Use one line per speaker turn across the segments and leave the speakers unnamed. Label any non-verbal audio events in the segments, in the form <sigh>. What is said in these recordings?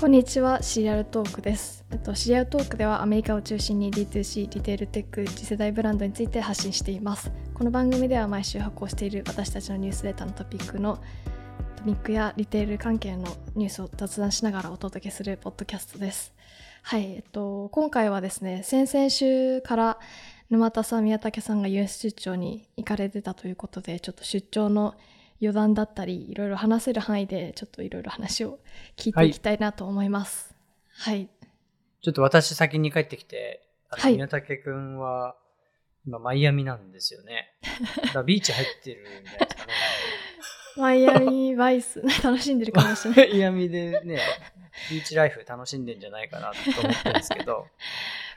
こんにちは、シリアルトークです。えっと、シリアルトークではアメリカを中心に D2C、リテールテック、次世代ブランドについて発信しています。この番組では毎週発行している私たちのニュースレターのトピックのトピックやリテール関係のニュースを雑談しながらお届けするポッドキャストです。はい、えっと、今回はですね、先々週から沼田さん、宮武さんが US 出張に行かれてたということで、ちょっと出張の余談だったり、いろいろ話せる範囲で、ちょっといろいろ話を聞いていきたいなと思います。はい。
ちょっと私先に帰ってきて、あの
はい
宮武くんは今マイアミなんですよね。だ
<laughs>
からビーチ入ってるんじゃないですかね。
マイアミバイス、 <laughs> 楽しんでるかも <laughs> しれな
マ
い。
イアミでね、ビーチライフ楽しんでんじゃないかなと思ってるんですけど。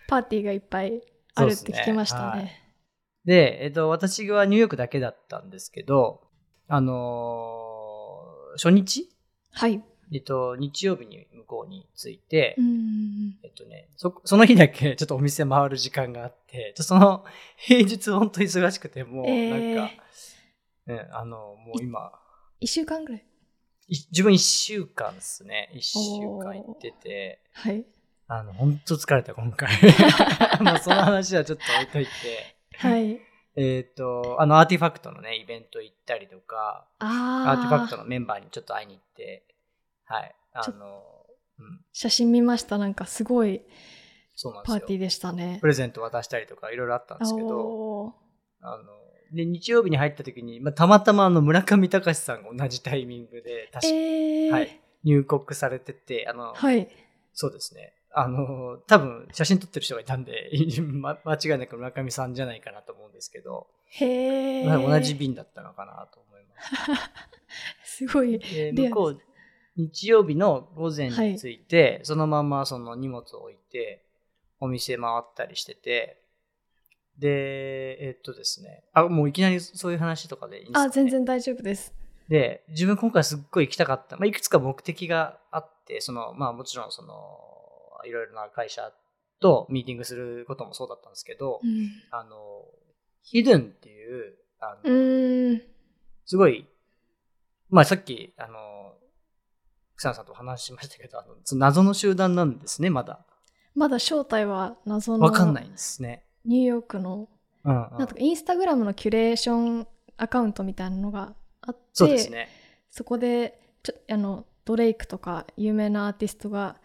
パーティーがいっぱいあるって聞きました
そう
ね。
ですで、えっと、私はニューヨークだけだったんですけど、あのー初日
はい。
えっと、日曜日に向こうに着いて、
うん。
えっとね、そ、その日だけち <laughs> ょっとお店回る時間があって、ちょその平日本当忙しくて、もう
えー
なんか、ね、あの、もう今、
1週間ぐらい。
い自分1週間ですね。1週間行ってて、
はい。
あの、本当疲れた、今
<laughs>
回。まあ、その話はちょっと置いといて。
はい。
えっ、と、あの、アーティファクトのね、イベント行ったりとか、
ああ。
アーティファクトのメンバーにちょっと会いに行って、はい。あの、うん、
写真見ました。なんかすごい
そうなんです
パ
よ。
ーティーでしたね
プ。レゼント渡したりとかいろいろあったんですけど、
おー
あの、で、日曜日に入った時に、まあ、たまたまあの、村上隆さんが同じタイミングで、確か
えー、
はい入国されてて、あの、
はい。
そうですね。あの、多分写真撮ってる人がいたんで、 <laughs> ま間違いなく村上さんじゃないかなと思うんですけど、
へえ。
同じ。便だったのかなと思います
すごい。。レア
で
です
向こう、日曜日の午前
はい
に着いて、そのままその荷物を置いて、お店回ったりしてて、で、えっとですね、あ、もういきなりそういう話とかでいいんですか、ね、
あ、全然大丈夫です。
で、自分今回すっごい行きたかった。まあ、いくつか目的があって、その、まあもちろんその、いろいろな会社とミーティングすることもそうだったんですけど、
うん。
あの、ヒドゥンっていう、あ
う
の、
ーん。
すごい、まあさっき、あの、草野さんとお話ししましたけど、あのその謎の集団なんですね、まだ。
まだ正体は謎の
わかんないんですね。
ニューヨークの
うんうん
なんとかインスタグラムのキュレーションアカウントみたいなのがあって
そうですね。
そこでちょあのドレイクとか有名なアーティストが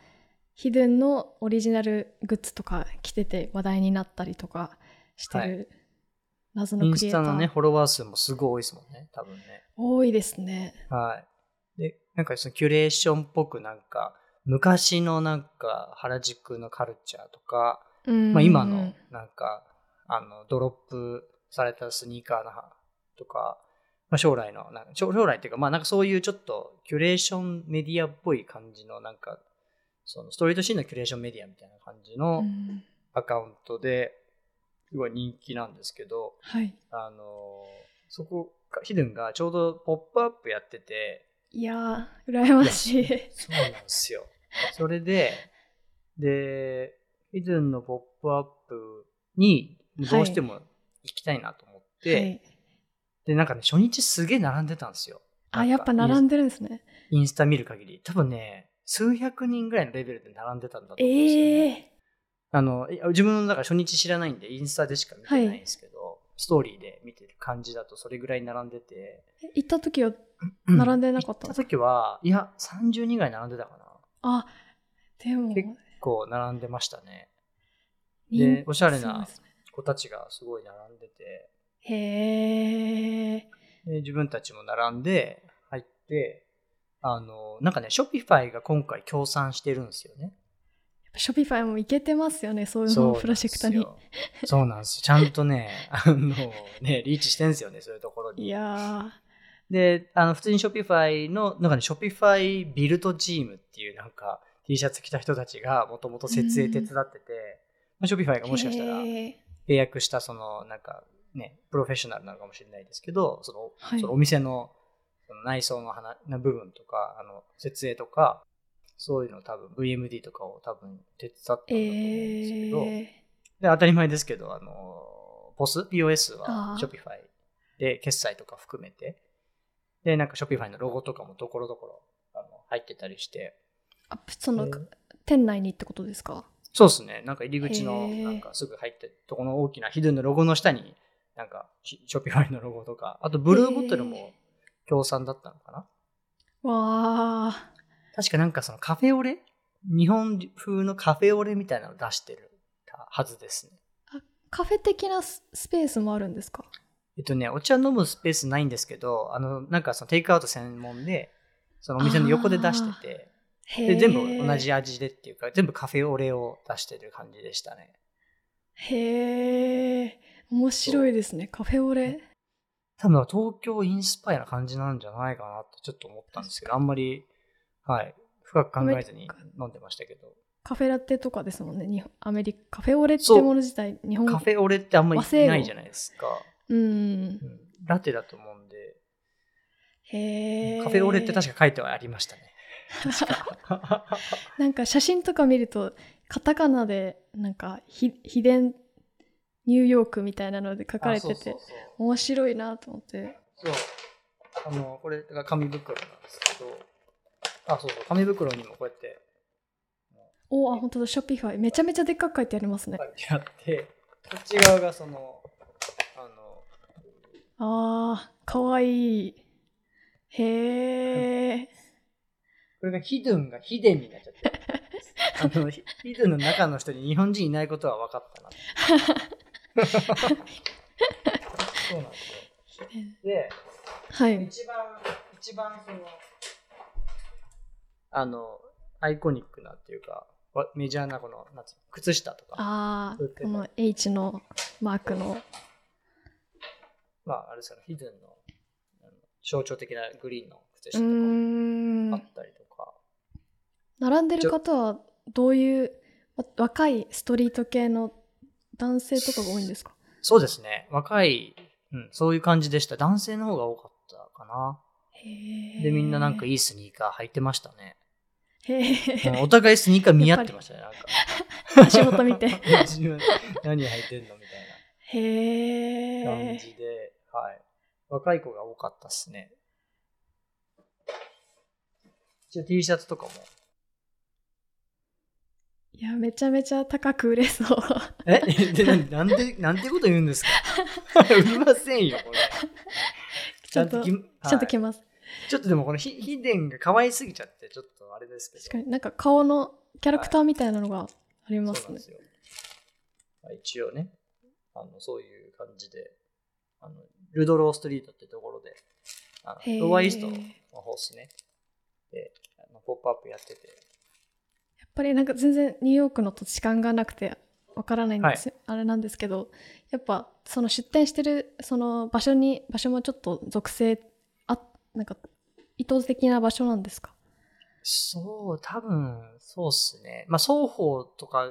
ヒドゥンのオリジナルグッズとか着てて話題になったりとかしてる、謎
イ
の
ン
クリエ
ス
イタ
タのね、
ー
フォロワー数もすごい多いですもんね、多分ね。
多いですね。
はい。で、なんかそのキュレーションっぽくなんか、昔のなんか原宿のカルチャーとか、
うん
まあ今のなんか、あの、ドロップされたスニーカーのとか、まあ将来の、なんか将将来っていうか、まあなんかそういうちょっとキュレーションメディアっぽい感じのなんか、そのストリートシーンのキュレーションメディアみたいな感じ
う
の
ん
アカウントで、すごい人気なんですけど、
はい、
あの、そこが、ヒデンがちょうどポップアップやってて、
いやー羨ましい。
そうなんですよ。それで、で、以前のポップアップにどうしても行きたいなと思って、
はい、
で、なんかね、初日すげえ並んでたんですよ。
あやっぱ並んで
で
るんですね。
インスタ見る限り、多分ね、数百人ぐらいのレベルで並んでたんだと思うんですよね、
ええ
あの、いや自分のだから初日知らないんで、インスタでしか見てないんですけど、ストーリーで見てる感じだとそれぐらい並んでて、
ー、行った時は並んでなかった
行った時は、いや、30人ぐらい並んでたかな。
あでも
結こう、並んでましたね。
人
で、おしゃれ
そうで
な
すね
子たちがすごい並んでて、
へえ。
で自分たちも並んで入って、あの、なんかね、ショピファイが今回協賛してるんですよね。
ショピファイもいけてますよね、そういう
そ
の
う
をプロジェクトに。
なんですよ。そうなんですよ。ちゃんとね、 <laughs> あの、ね、リーチしてんですよね、そういうところ
い
に。
や
で、あの、普通にショピファイの、なんかね、ショピファイビルドチームっていうなんか T シャツ着た人たちがもともと設営手伝ってて、まあ、ショピファイ
ー。
がもしかしたら、
へー
契約したそのなんかねプロフェッショナルなのかもしれないですけどその,、
はい
そのお店のその内装の話な部分とかあの設営とかそういうの多分 VMD とかを多分手伝ったんだと思うんですけど、
えー。
で当たり前ですけどあの POS, POS
あ
は
ー
Shopify で決済とか含めてでなんか Shopify のロゴとかもところどころあの入ってたりして
あその、
うん
店内にってことですか
そうですね。なんか入り口の、
へー
なんかすぐ入って、とこの大きなヒドゥンのロゴの下に、なんかシショピファイのロゴとか、あとブルーボトルも協賛だったのかな。
わあ
確かなんかそのカフェオレ日本風のカフェオレみたいなのを出してるはずですね。
カフェ的なススペースもあるんですか
えっとね、お茶飲むスペースないんですけど、あの、なんかそのテイクアウト専門で、そのお店の横で出してて、
へ
で、
え
全部同じ味でっていうか、全部カフェオレを出してる感じでしたね。
へえ面白いですねカフェオレ
多分東京インスパイアな感じなんじゃないかなってちょっと思ったんですけど、あんまり、はい、深く考えずに飲んでましたけど、
カフェラテとかですもんね日本アメリカカフェオレってもの自体日本
カフェオレってあんまりないじゃないですか。
うん
うん、ラテだと思うんで、
へえ
カフェオレって確か書いてはありましたね。確か。
なんか写真とか見るとカタカナでなんかひ秘伝ニューヨークみたいなので書かれてて
あそうそうそう
面白いなと思って
そう。あの、これが紙袋なんですけど、あ、そうそう、紙袋にもこうやって
おあ本当だショッピファイめちゃめちゃでっかく書いてありますね、
書いてあって、こっち側がその、あの、
あーかわいいへえ
これがヒドゥンがヒデンになっちゃってるあの、ヒヒドゥンの中の人に日本人いないことは分かったな。
<laughs>
そうなんですよ。で、
はい
一番、一番その、あの、アイコニックなっていうか、わメジャーなこの、なんつうの靴下とか、
あーこの H のマークの
まあ、あれですから、ヒドゥンのあの象徴的なグリーンの靴
う
下
ー
とかも
ん
あったりとか、
並んでる方はどういうわ若いストリート系の男性とかが多いんですか
そうですね、若い、うん、そういう感じでした。男性の方が多かったかな。
で
で、みんななんか
い
いいスニーカー履いてましたね。
へ
うん
え
お互いスニーカー見合ってましたね、なんか。
<laughs> 足元見て
<laughs> 自分何履いてんのみたいな。
へ
感
え
じで、はい。若い子が多かったですね。一応 T シャツとかも。
いやめちゃめちゃ高く売れそう
<laughs> えでななんで、なんてこと言うんですか <laughs> 売りませんよ、これ。
ちょっと
き
ちょっと
はい
きます、
ちょっとでもこのひ秘伝が可愛すぎちゃって、ちょっとあれですけど。
確かになんか顔のキャラクターみたいなのがありま
そう
す
なんで
ね
すよ。まあ一応ね、あの、そういう感じで、あの、ルドローストリートってところで、あ
へー
のロワイーストの方ですね。で、あのポップアップやってて、
やっぱりなんか全然ニューヨークの土地勘がなくてわからないんです、あれなんですけどやっぱその出店してるその場所に場所もちょっと属性あなんか意図的な場所なんですか
そう、多分、そうっすね。まあ、双方とか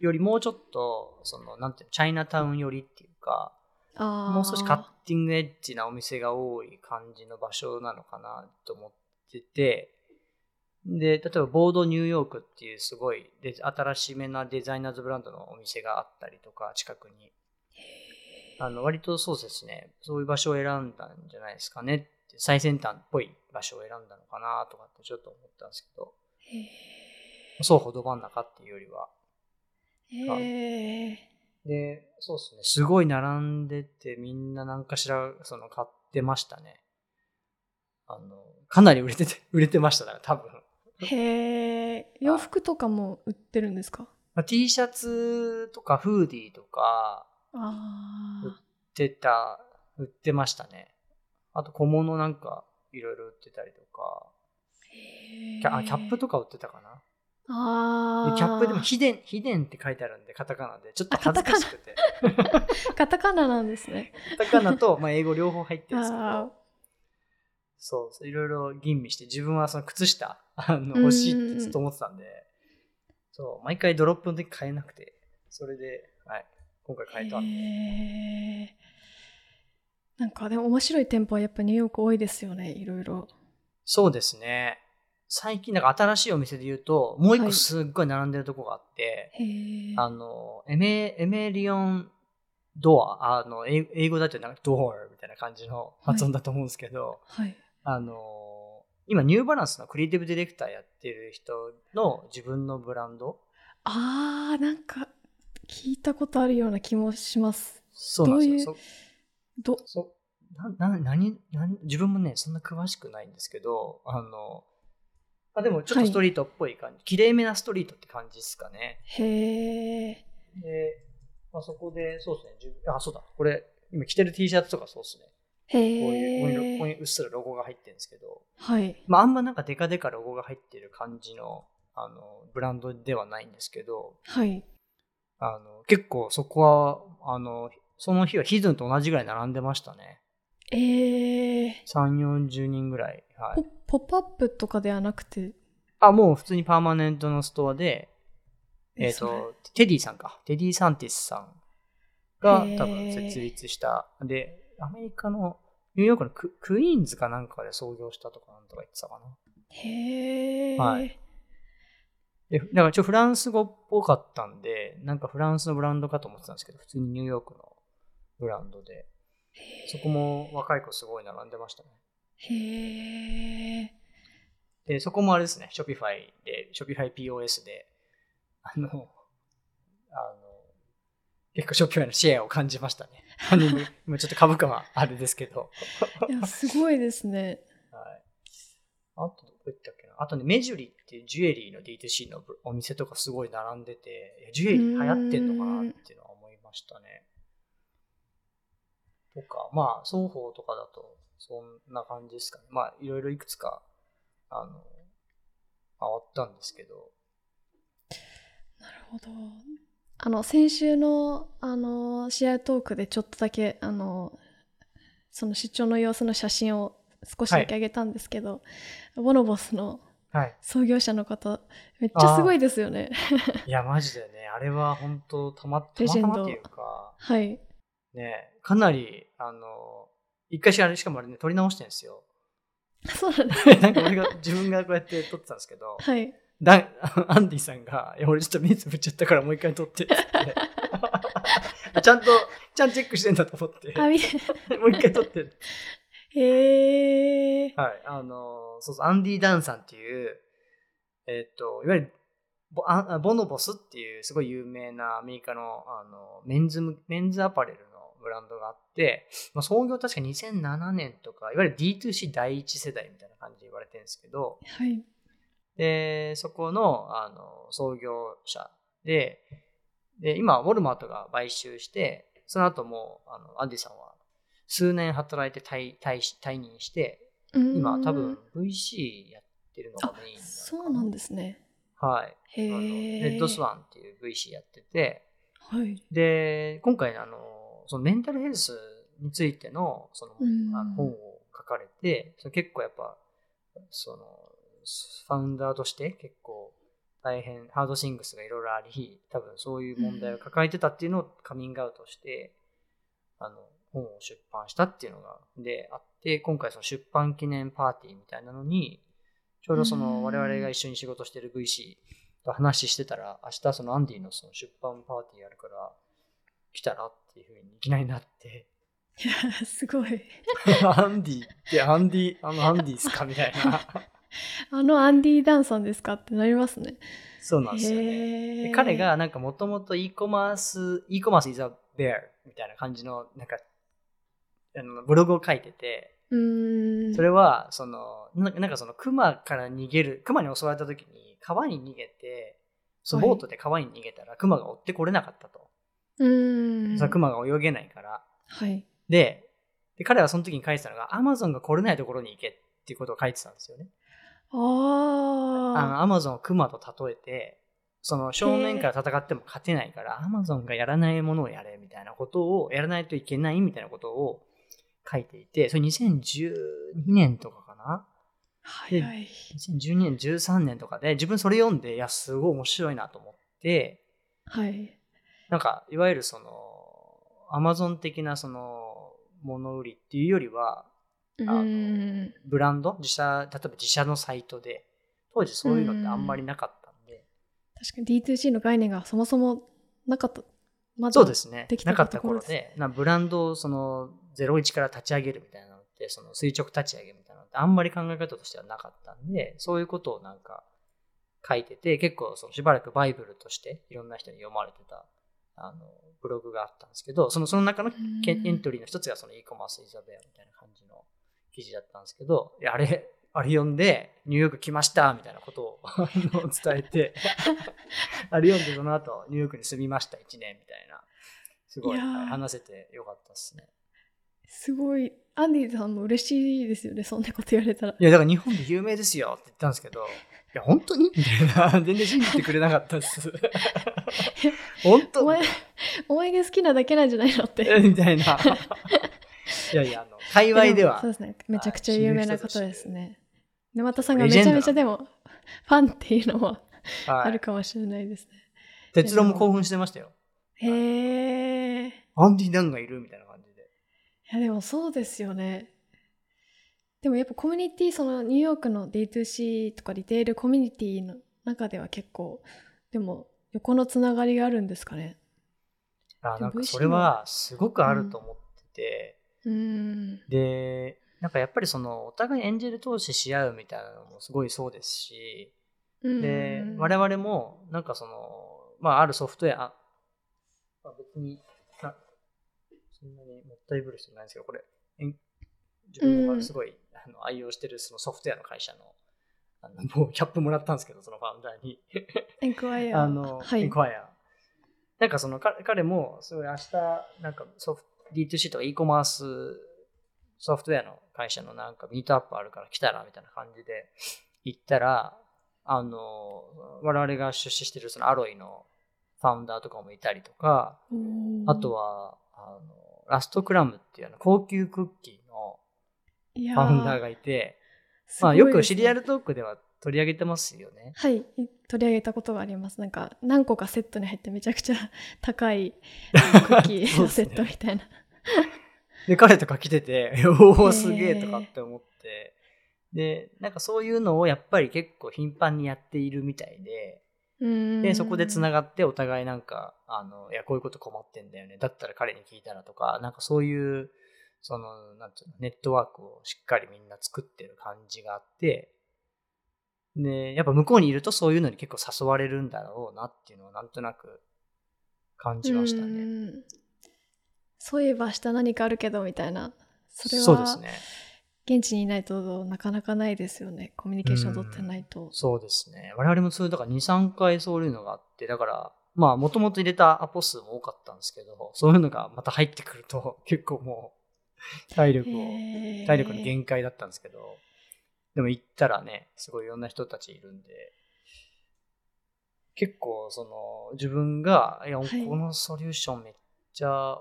よりもうちょっと、その、なんていうの、チャイナタウン寄りっていうか、
あー
もう少しカッティングエッジなお店が多い感じの場所なのかなと思ってて、で、例えば、ボードニューヨークっていうすごいで新しめなデザイナーズブランドのお店があったりとか、近くに。あの割とそうですね、そういう場所を選んだんじゃないですかねって、最先端っぽい場所を選んだのかなとかってちょっと思ったんですけど、
へ
そうほど真ん中っていうよりは。
ーへー
で、そうですね。すごい並んでて、みんななんかしら、その、買ってましたね。あの、かなり売れてて、 <laughs> 売れてましたから、多分。
へえ洋服とかも売ってるんですか
まあ、T シャツとか、フーディーとか、
ああ
出た、売ってましたね。あと、小物なんか、いろいろ売ってたりとか、キャあキャップとか売ってたかな。
あ
で
あ
キャップでも、秘伝、秘伝って書いてあるんで、カタカナで、ちょっと恥ずかしくて。
カタカナなんですね
カタカナと、まあ、英語両方入ってるんですけ
あ
ど
ー、
そうそう、いろいろ吟味して、自分はその靴下、あ
うん
の、欲しいってずっと思ってたんで、そう、毎回ドロップの時買えなくて、それで、はい、今回買えたんで、
へーなんかでも面白い店舗はやっぱニューヨーク多いですよねいろいろ
そうですね。最近、なんか新しいお店で言うと、もう一
は
個
い
すっごい並んでるとこがあって、
へえ
あの、エメ、エメリオンドア、あの、英英語だとなんかドアみたいな感じの発音だと思うんですけど、
はい
あの、今、ニューバランスのクリエイティブディレクターやってる人の自分のブランド。
あーなんか聞いたことあるような気もします
そうなんです
ど
よ。
ど
そそなな何何自分もね、そんな詳しくないんですけど、あの、あでもちょ
は
っと
い
ストリートっぽい感じ、きれいめなストリートって感じですかね。
へえ
で、まあ、そこで、そうですね自分、あ、そうだ、これ、今着てる T シャツとかそうですね、
へ
こういう、ここにここ
え
にうっすらロゴが入ってるんですけど、
はい
まあ、あんまなんかデカデカロゴが入ってる感じのあのブランドではないんですけど
はい
あの結構そこはあのその日はヒズンと同じぐらい並んでましたね
ええ
3 4 0人ぐらい、は
ポ
い、
ポップアップとかではなくて
あもう普通にパーマネントのストアで、えっ
それ
とテディさんかテディ・サンティスさんが
へー
多分設立したでアメリカのニューヨークのククイーンズかなんかで創業したとかなんとか言ってたかな
へえ、
はいで、だからちょっとフランス語っぽかったんで、なんかフランスのブランドかと思ってたんですけど、普通にニューヨークのブランドで、そこも若い子すごい並んでましたね。
へ
<laughs>
え
で、そこもあれですね、Shopify で、Shopify POS で、あの、あの、結構 Shopify のシェアを感じましたね。あの今ちょっと株価はあれですけど。
いやすごいですね
はい。あと、どこ行ったっけな。あとね、メジュリっていうジュエリーの D2C のお店とかすごい並んでて、いやジュエリー流行ってんのかなっていうのは思いましたね。とか、まあ、双方とかだと、そんな感じですかね。まあ、いろいろいくつか、あの、回ったんですけど、
なるほどあの先週のあの試合トークでちょっとだけあのその出張の様子の写真を少しだけ上げたんですけど、ボノボスの
はい。
創業者の方めっちゃすごいですよね
いや、マジでね、あれは本当たま、た
レ
ま
ジェ
た
ンド
まっていうか、
はい
ね、かなり、あの、一回しか、しかもあれね、撮り直してんですよ。
そうなん
<laughs>
です
でなんか俺が自分がこうやって撮ってたんですけど、
はい
ダン <laughs> アンディさんが、いや、俺ちょっと目つぶっちゃったからもう一回
<laughs>
撮ってって言って。ちゃんと、ちゃんとチェックしてんだと思って、
あみ
もう一回撮って。
へえ
はい。あの、そうそう、アンディ・ダンさんっていう、えっ、と、いわゆるボあ、ボノボスっていうすごい有名なアメリカのあのメンズ向、メンズアパレルのブランドがあって、まあ、創業確か2007年とか、いわゆる D2C 第一世代みたいな感じで言われてるんですけど、
はい
で、そこのあの創業者で、で、今、ウォルマートが買収して、その後もう、あのアンディさんは数年働いて退退し退任して、今、多分 VC やってるのがメインのか
そうなんですね
はい。
へ
あの
え
レッドスワンっていう VC やってて、
はい <laughs>
で、今回、あの、そのメンタルヘルスについての、その、
うん
あの本を書かれて、それ結構やっぱ、その、ファウンダーとして結構大変、ハードシングスがいろいろあり、多分そういう問題を抱えてたっていうのをカミングアウトして、あの、本を出版したっていうのが、で、あって、今回その出版記念パーティーみたいなのに、ちょうどそ
うん
の我々が一緒に仕事してる VC と話してたら、明日そのアンディのその出版パーティーやるから、来たらっていうふうにいきなりな <laughs> って、
いやすごい
アンディってアンディ、あのアンディですかみたいな。
あのアンディ・ダンさんですかってなりますね
<laughs> そうなんですよね。で
へー
彼がなんかもともと e コマース、e コマース is a bear みたいな感じの、なんか、あのブログを書いてて、
うーん
それは、その、ななんかその、熊から逃げる、熊に襲われた時に、川に逃げて、その
はい
ボートで川に逃げたら、熊が追ってこれなかったと。
うーん
その熊が泳げないから。
はい
で、で彼はその時に書いてたのが、アマゾンが来れないところに行けっていうことを書いてたんですよね。
あ
あ
ー
のアマゾンをクマと例えて、その正面から戦っても勝てないから、アマゾンがやらないものをやれみたいなことを、やらないといけないみたいなことを書いていて、それ2012年とかかな
早い
?2012 年、13年とかで、自分それ読んで、いや、すごい面白いなと思って、
はい
なんか、いわゆるその、アマゾン的なその、物売りっていうよりは、
う
の
ーん
ブランド自社、例えば自社のサイトで、当時そういうのってあんまりなかったんで、
確かに D2C の概念がそもそもなかったまだ
そうですね
でき。て
な
た
かった
ところ
頃
です
で、なブランドをその01から立ち上げるみたいなのって、その垂直立ち上げみたいなのっあんまり考え方としてはなかったんで、そういうことをなんか書いてて、結構そのしばらくバイブルとしていろんな人に読まれてたあのブログがあったんですけど、そのその中のけ
うん
エントリーの一つがその e コマースイザベアみたいな感じの記事だったんですけど、いやあれ、あれ読んで、ニューヨーク来ましたみたいなことを <laughs> あの伝
<laughs>
えて、あれ読んでその後、ニューヨークに住みました、1年みたいな。すごい、
いやー
はい話せてよかったですね。
すごいアンディさんも嬉しいですよねそんなこと言われたら
いや、だから日本で有名ですよって言ったんですけど、いや、本当にみたいな。全然信じてくれなかった
<laughs>
です。本
お
当
前 <laughs> お前が好きなだけなんじゃないのって
みたいな。いやいや、あの、界隈で
も
は
そう。ですねめちゃくちゃ有名な方ですね沼田さんが
レ
め
ジェ
ち
ンド
ゃ
な
めちゃでもファンっていうのも
は
あ
い
る。かもしれないですね、
哲郎も興奮してましたよ。
へえい
アンディ・ダンがいるみたいな感じで。
やでもそうですよねでもやっぱコミュニティそのニューヨークの D2C とかリテールコミュニティの中では結構でも横のつながりがあるんですかね
あなん
でも
か
VC
それはすごくあると思ってて、
うーん
で、なんかやっぱりその、お互いエンジェル投資し合うみたいなのもすごいそうですし、で、我々も、なんかその、まあ、あるソフトウェア、あまあ、別にな、そんなにもったいぶる必要ないんですけど、これ、えん自分
う
が
ん
すごい、あの愛用してるそのソフトウェアの会社の、あのもうキャップもらったんですけど、そのファウンダーに。
エンクワイア
あの、
は
イン
い
クワイア。なんかその彼彼も、すごい明日、なんかソフト D2C とか e コマースソフトウェアの会社のなんかミートアップあるから来たらみたいな感じで行ったら、あの、我々が出資してるそのアロイのファウンダーとかもいたりとか、あと
は
は、あの、ラストクラムっていうあの高級クッキーのファウンダーがいて、まあよくシリアルトークでは取り上げてますよね。
はいい取り上げたことがありますなんか何個かセットに入ってめちゃくちゃ高
<laughs>
いあのクッキーのセットみたいな、
で、彼とか来てて、 <laughs> お
へ
お、
ー
すげえとかって思って、で、なんかそういうのをやっぱり結構頻繁にやっているみたいで、
うーん
で、そこでつながってお互いなんか、あの、いや、こういうこと困ってんだよね。だったら彼に聞いたらとか、なんかそういう、その、なんていうの、ネットワークをしっかりみんな作ってる感じがあって、で、やっぱ向こうにいるとそういうのに結構誘われるんだろうなっていうのをなんとなく感じました
う
ね。
ーんそういえば明日何かあるけどみたいなそれ
そうで
は
すね。
現地にいないとなかなかないですよねコミュニケーション取ってないと
そうですね。我々もそういう、だから2、3回そういうのがあって、だから、まあ、もともと入れたアポ数も多かったんですけど、そういうのがまた入ってくると、結構もう、体力を、
へー
体力の限界だったんですけど、でも行ったらね、すごいいろんな人たちいるんで、結構、その、自分が、いや、
はい
このソリューションめっちゃ、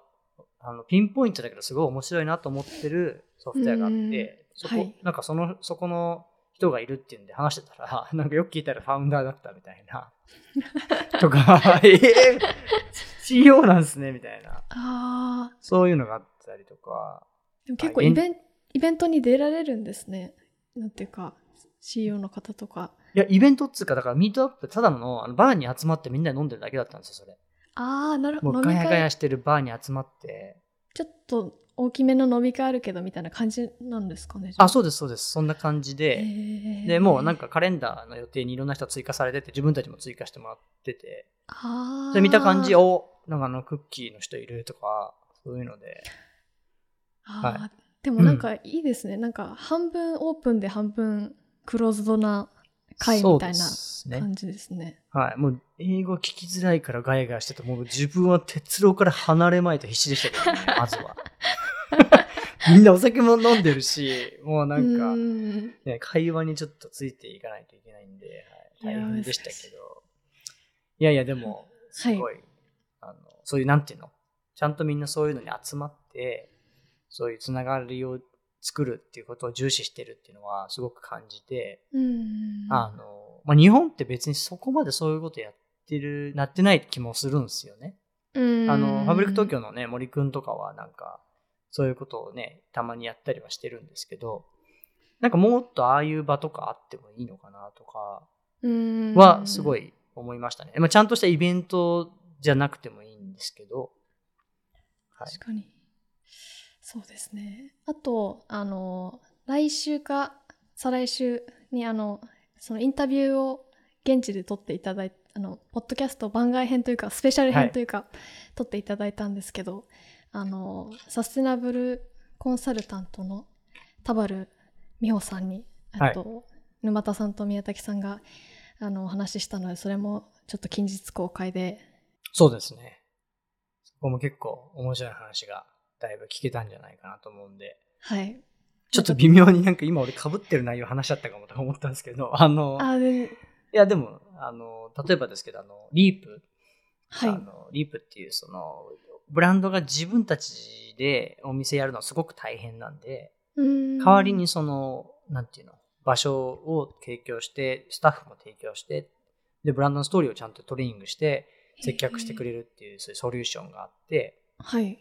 あの、ピンポイントだけど、すごい面白いなと思ってるソフトウェアがあっ
うん
て、そこ、
はい
なんかその、そこの人がいるっていうんで話してたら、 <laughs> なんかよく聞いたらファウンダーだったみたいな。
<laughs>
とか、 <laughs> えぇ、CEO なんすね、みたいな。
あー
そういうのがあったりとか、
でも結構
あ
イベンイベントに出られるんですねなんていうか CEO の方とか
いや、イベントっつうか、だからミートアップ、ただのあのバーに集まってみんなで飲んでるだけだったんですよ、それ。
ああなるほ
も
ど
う
飲
ガ
み
ヤガヤ
会
してるバーに集まって。
ちょっと大きめの飲み会あるけどみたいな感じなんですかね
あ、そうです、そうです。そんな感じ
う
で。
で
で、もうなんかカレンダーの予定にいろんな人追加されてて、自分たちも追加してもらってて。
あー
で、見た感じ、おなんかあのクッキーの人いるとか、そういうので。
あー
は
でもなんかいいですね、なんか半分オープンで半分クローズドな会みたい
そう
な
ですね。
感じですね
はい。もう、英語聞きづらいからガヤガヤしてて、もう自分は鉄郎から離れまいと必死でしたけどね、まず
<laughs>
は。みんなお酒も飲んでるし、もうなんか
う、ーん
ね、会話にちょっとついていかないといけないんで、はいい、
や
大
ー
変でしたけど。いやいや、でも、す
はい
ごい、あの、そういう、なんていうのちゃんとみんなそういうのに集まって、そういうつながりを作るっていうことを重視してるっていうのはすごく感じて、
うーん
あの、まあ、日本って別にそこまでそういうことやってる、なってない気もするんですよね。
うーん
あの、ファブリック東京のね、森くんとかはなんか、そういうことをね、たまにやったりはしてるんですけど、なんかもっとああいう場とかあってもいいのかなとか
うーん
はすごい思いましたね。まあ、ちゃんとしたイベントじゃなくてもいいんですけど、はい
確かにそうですねあとあの来週か再来週にあのそのインタビューを現地で撮っていただいてあのポッドキャスト番外編というかスペシャル
は
編
い
というか、撮っていただいたんですけどあのサステナブルコンサルタントの田原美穂さんに、
は
あ
い
と沼田さんと宮崎さんがあのお話ししたのでそれもちょっと近日公開で
そうですね。そこも結構面白い話がだいぶ聞けたんじゃないかなと思うんで、
はい
ちょっと微妙になんか今俺被ってる内容話しちゃったかもとか思ったんですけど、あの、
あで
いやでも、あの、例えばですけど、あの、リープ、
はい
あのリープっていうその、ブランドが自分たちでお店やるのはすごく大変なんで、
代
代わりにその、なんていうの、場所を提供して、スタッフも提供して、で、ブランドのストーリーをちゃんとトレーニングして、接客してくれ
る、
るっていう、そういうソリューションがあって、
はい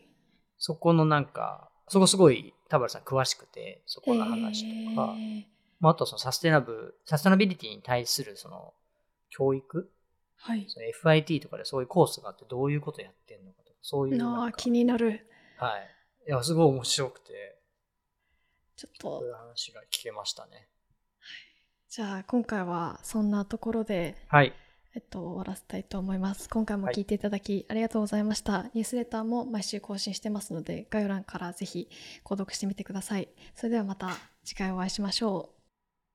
そこのなんか、そこすごい田原さん詳しくて、そこの話とか、
えー
まあ、あとはそのサステナブ、サステナビリティに対するその教育、
はい
その FIT とかでそういうコースがあってどういうことやってんのかとか、そういう
な
なん
あ
か
気になる
はい。いや、すごい面白くて、
ちょっ
そう
と
いう話が聞けましたね。
じゃあ今回はそんなところで、
はい。
えっと、終わらせたいと思います今回も
はい
聞いていただきありがとうございました、ニュースレターも毎週更新してますので概要欄からぜひ購読してみてくださいそれではまた次回お会いしましょう